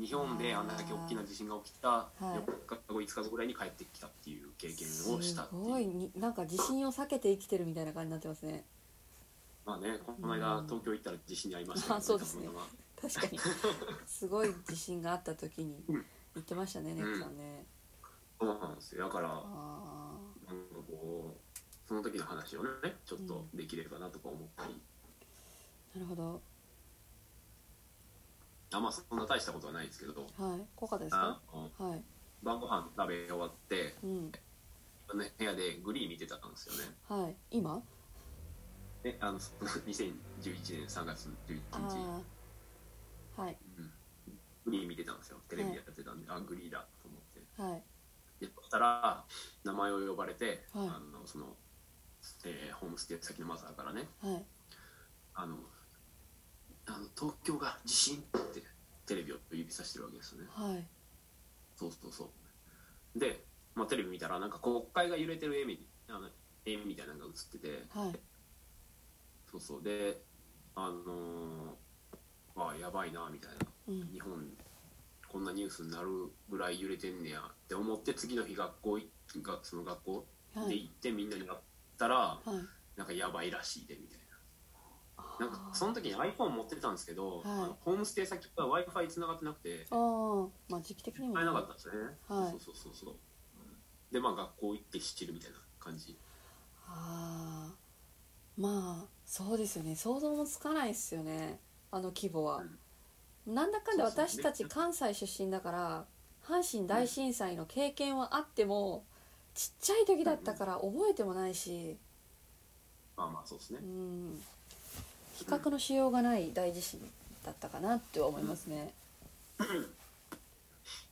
S2: 日本であんだけ大きな地震が起きた
S1: い
S2: 4日後5日後ぐらいに帰ってきたっていう経験
S1: す
S2: をしたっていう
S1: ごいになんか地震を避けて生きてるみたいな感じになってますね
S2: まあねこの
S1: う
S2: 間
S1: ん
S2: 東京行ったら地震に遭いましたけど
S1: あそうですね
S2: たまたま
S1: 確か にすごい地震があった時に
S2: う
S1: 言
S2: ん
S1: ってましたね
S2: ん
S1: 猫さんね
S2: そうなんですよだからなんか
S1: あ
S2: こうその時の話をねちょっとできればなとか思ったり、
S1: ーなるほど
S2: あんまあそんな大したことはないですけど
S1: はい効果です
S2: あ
S1: か
S2: の
S1: はい
S2: 晩ご飯食べ終わって
S1: うん
S2: あの部屋でグリーン見てたんですよね
S1: はい今
S2: であのその2011年3月11日
S1: ああはい
S2: うんグリーン見てたんですよテレビやってたんで、あグリーだと思って
S1: はい
S2: でそしたら名前を呼ばれて、
S1: はい
S2: あのその、えーホームステイ先のマザーからね
S1: はい
S2: あのあの東京が地震ってテレビを指さしてるわけですよね
S1: はい
S2: そうそうそうで、まあ、テレビ見たらなんか国会が揺れてる絵みあの絵みたいなのが映ってて
S1: はい
S2: そうそうであのー、あやばいなみたいな
S1: うん
S2: 日本こんなニュースになるぐらい揺れてんねやって思って次の日学校いがその学校
S1: は
S2: で
S1: い
S2: 行ってみんなに会ったら
S1: はい
S2: なんかやばいらしいでみたい
S1: あ
S2: ななんかその時に iPhone 持ってたんですけど、
S1: い
S2: あのホームステイ先が w i f i 繋がってなくて
S1: ああまあ時期的にも
S2: 使えなかったんですよね、
S1: はい
S2: そうそうそうそうでまあ学校行って知るみたいな感じ
S1: あーまあそうですよね想像もつかないですよねあの規模は、なんだかんだ
S2: そうそう
S1: 私たち関西出身だから阪神大震災の経験はあっても、ちっちゃい時だったから覚えてもないし、
S2: まあまあそうですね
S1: うん、比較のしようがない大地震だったかなって思いますね、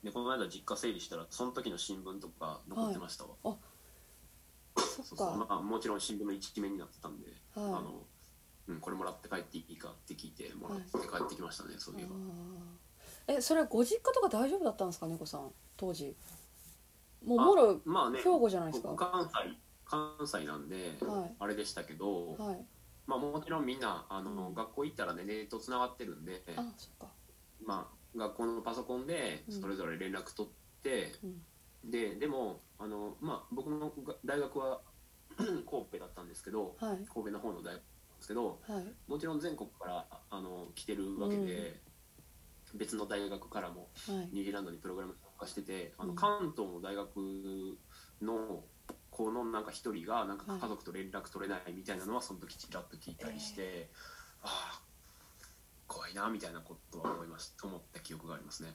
S2: でこの間実家整理したらその時の新聞とか残ってましたわ、
S1: そっ
S2: そ
S1: か
S2: うそうまあもちろん新聞の一面になってたんで、
S1: はい
S2: あのうん、これもらって帰っていいかって聞いてもらって帰ってきましたね、そういえば
S1: あーえそれはご実家とか大丈夫だったんですか猫さん当時もうもろ
S2: まあね
S1: 兵庫じゃないですか
S2: 僕関西関西なんで、
S1: はい
S2: あれでしたけど、
S1: はい
S2: まあ、もちろんみんなあの、
S1: うん
S2: 学校行ったらねネットつながってるんで、
S1: あそっか
S2: まあ、学校のパソコンで
S1: うん
S2: それぞれ連絡取って、
S1: うん
S2: ででもあの、まあ、僕のが大学は 神戸だったんですけど
S1: はい
S2: 神戸の方の大学なんですけど
S1: はい
S2: もちろん全国からあの来てるわけで、別の大学からも
S1: はい
S2: ニュージーランドにプログラム参加してて、あ
S1: う
S2: の
S1: ん
S2: 関東の大学の子のなんか一人がなんか家族と連絡取れないみたいなのはその時ちらっと聞いたりして、ああ怖いなみたいなことは思いました思った記憶がありますね。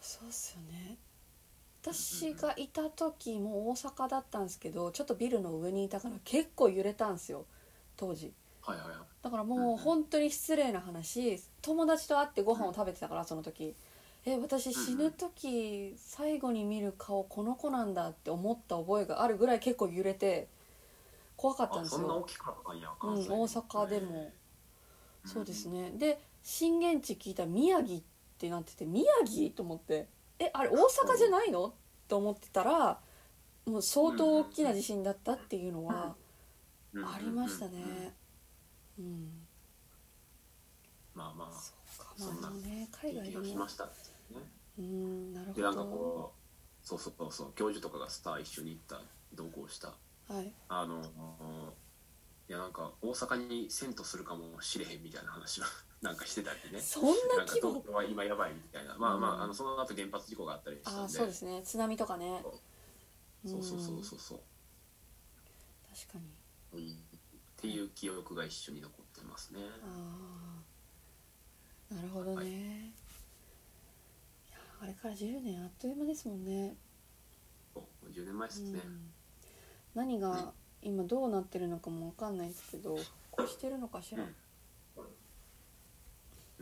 S1: そうっすよね私がいた時も大阪だったんですけどちょっとビルの上にいたから結構揺れたんですよ当時
S2: はいはいはい。
S1: だから
S2: うん
S1: も
S2: う
S1: うん本当に失礼な話友達と会ってご飯を食べてたからその時え私死ぬ時最後に見る顔この子なんだって思った覚えがあるぐらい結構揺れて怖かったん
S2: あ
S1: です
S2: そんな
S1: よ
S2: 大きかったんや。
S1: うん
S2: 関西
S1: 大阪でも
S2: ん
S1: そうですねで震源地聞いたら宮城ってなってて宮城と思ってえあれ大阪じゃないのと思ってたらもう相当大きな地震だったっていうのは
S2: うん
S1: ありましたね
S2: うんうんうん
S1: うん
S2: まあまあ
S1: そうか
S2: そん
S1: ま
S2: な
S1: あでもね海
S2: 経
S1: 外で
S2: 験をし
S1: も
S2: ましたね。
S1: うんなるほ
S2: でなんか
S1: ど
S2: こうそうそうそうそう教授とかがスター一緒に行った同行した
S1: はい
S2: あのいやなんか大阪に遷都するかもしれへんみたいな話を なんかしてたりね
S1: そんな
S2: なんか
S1: 規
S2: 東
S1: 模
S2: 京は今やばいみたいなまあま
S1: うん
S2: ああのその後原発事故があったりした
S1: あ
S2: ん
S1: あ
S2: で
S1: そうですね津波とかね
S2: そうそうそ
S1: ん
S2: うそうそう
S1: 確かに
S2: っていう記憶が一緒に残ってますね
S1: ああなるほどね、
S2: はい
S1: いやあれから10年あっという間ですもんね
S2: そう10年前ですね、
S1: うん、何が今どうなってるのかもわかんないですけどこうしてるのかしら、
S2: う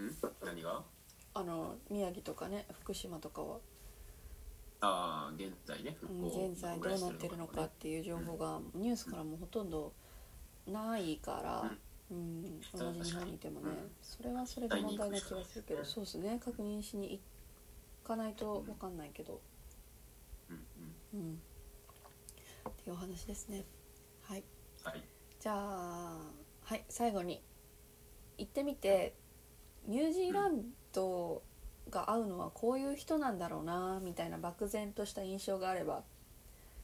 S2: ん、何が
S1: あの宮城とかね福島とかは、
S2: ああ現在ね
S1: う
S2: 復興
S1: ん、現在どうなってるのか
S2: ね
S1: っていう情報がニュースからもほとんどないから、うん、同じ日本にいてもね
S2: うん
S1: それはそれで問題な気がするけどそうですね確認しに行かないとわかんないけど、
S2: うんう
S1: う
S2: ん
S1: ん、っていうお話ですねはい
S2: はい
S1: じゃあはい最後に行ってみてニュージーランドが合うのはこういう人なんだろうなみたいな漠然とした印象があれば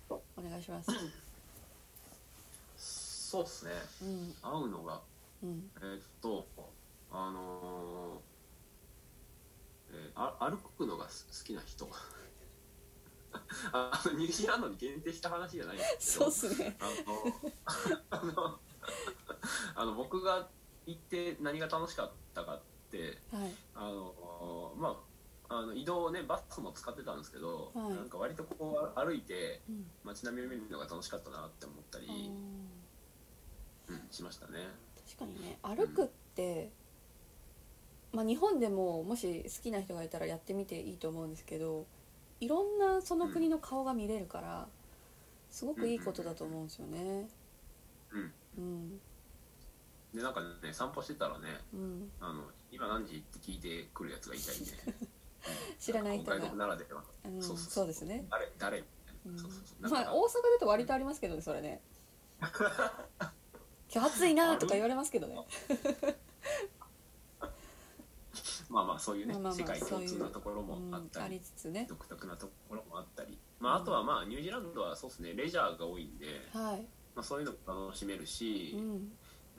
S1: お願いします。
S2: そうっすね
S1: うん
S2: 合うのが
S1: うん
S2: えーっとあのーえーあ歩くのが好きな人 ああのニュージーランドに限定した話じゃないんです
S1: そう
S2: けど
S1: っすね。
S2: あの あのあの僕が行って何が楽しかったかって
S1: はい
S2: あのまああの移動をねバスも使ってたんですけど、
S1: はい
S2: なんか割とこう歩いて
S1: うん
S2: 街並みを見るのが楽しかったなって思った
S1: あー
S2: り、うん、しましたね。
S1: 確かにね歩くって、まあ、日本でももし好きな人がいたらやってみていいと思うんですけどいろんなその国の顔が見れるからすごくいいことだと思うんですよね。
S2: うん、
S1: うん
S2: でなんかね散歩してたらね
S1: うん、
S2: あの今何時って聞いてくるやつがいたりね
S1: 知らない人が
S2: 外国ならでは
S1: うん
S2: そうそうそう
S1: そうですね。
S2: 誰誰
S1: うん
S2: そうそうそうなんか
S1: まあ大阪だと割とありますけどねそれ ね今日暑いなとか言われますけどね
S2: まあまあそういうね、
S1: まあまあまあ
S2: 世界共通なところもあっ
S1: うん
S2: た
S1: あ
S2: り
S1: りつつね
S2: 独特なところもあったり、まあ、あとはまあニュージーランドはそうですねレジャーが多いんで、
S1: は
S2: まあ、そういうのも楽しめる
S1: い、
S2: し、
S1: うん
S2: う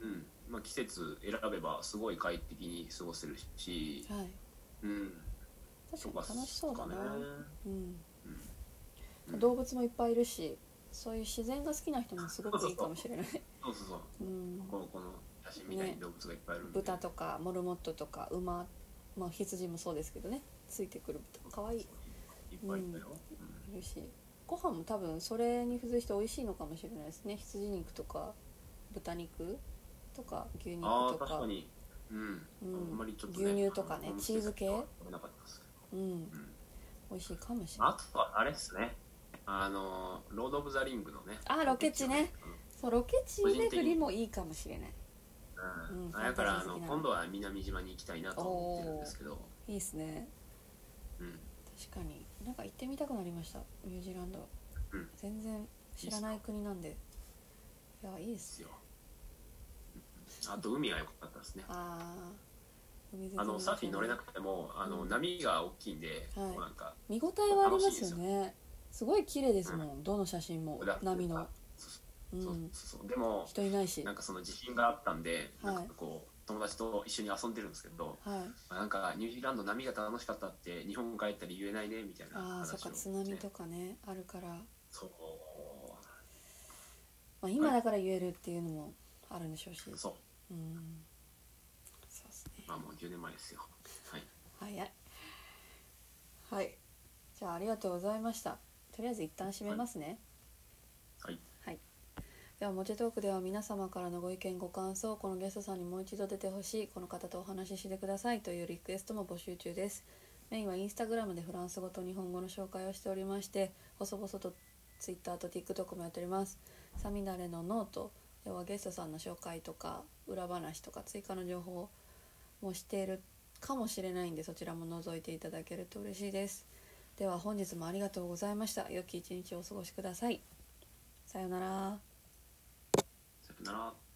S2: んまあ、季節選べばすごい快適に過ごせるし、
S1: はい、
S2: うん、
S1: 確かに楽しそうだな、
S2: とかね
S1: うん、
S2: うん
S1: 動物もいっぱいいるしそういう自然が好きな人もすごくいいかもしれ ない、
S2: そうそうそう
S1: うん、
S2: このこの写真みたいに動物がいっぱいいるんで、
S1: 豚とかモルモットとか馬、まあ、羊もそうですけどねついてくる豚かわいい
S2: いっぱいいたよ、
S1: いるしご飯も多分それに付随して美味しいのかもしれないですね羊肉とか豚肉とか牛
S2: う
S1: 肉
S2: んあ
S1: と
S2: あ確
S1: か
S2: かにうん、
S1: うん
S2: あんまりちょっと、ね、
S1: 牛乳とかね
S2: あの
S1: チーズ系
S2: 食べなかったですけ
S1: うん
S2: ど、うん、
S1: 美味しいかもしれない
S2: あとはあれっすねあのロード・オブ・ザ・リングのね
S1: あーロケ地ねそうロケ地巡りもいいかもしれない
S2: うん、
S1: うん
S2: だからあ
S1: ファンタジー好
S2: の
S1: きな
S2: 今度は南島に行きたいなと思ってるんですけど、
S1: いいですね
S2: うん、
S1: 確かになんか行ってみたくなりましたニュージーランド、
S2: うん
S1: 全然知らない国なんでいやいいで
S2: ですす
S1: よ
S2: よあと海が良かったですね
S1: あー海沿い
S2: あのサーフィン乗れなくてもあの
S1: うん
S2: 波が大きいんで、
S1: はい
S2: こうなんか
S1: 見応えはありますよねすごい綺麗ですもん、どの写真も
S2: 裏
S1: 波の
S2: あそううそうんそうそうでも
S1: 人いないし
S2: な
S1: は
S2: んかその自信があったんで、
S1: はい
S2: なんかこう友達と一緒に遊んでるんですけど
S1: い
S2: なんかニュージーランド波が楽しかったって日本帰ったり言えないねみたいな
S1: ああ
S2: 話
S1: そ
S2: を
S1: っか津波と
S2: ね
S1: かねあるから、ま
S2: そう
S1: あ、今だから言えるっていうのもあるんでしょうし
S2: そう
S1: うんそうですね
S2: まあもう10年前ですよはい
S1: 早いはいじゃあありがとうございましたとりあえず一旦閉めますね、
S2: はい
S1: ではモチトークでは皆様からのご意見ご感想このゲストさんにもう一度出てほしいこの方とお話ししてくださいというリクエストも募集中ですメインはインスタグラムでフランス語と日本語の紹介をしておりまして細々とツイッターと TikTok もやっておりますサミダレのノートではゲストさんの紹介とか裏話とか追加の情報もしているかもしれないんでそちらも覗いていただけると嬉しいですでは本日もありがとうございました良き一日をお過ごしくださいさようなら
S2: さよなら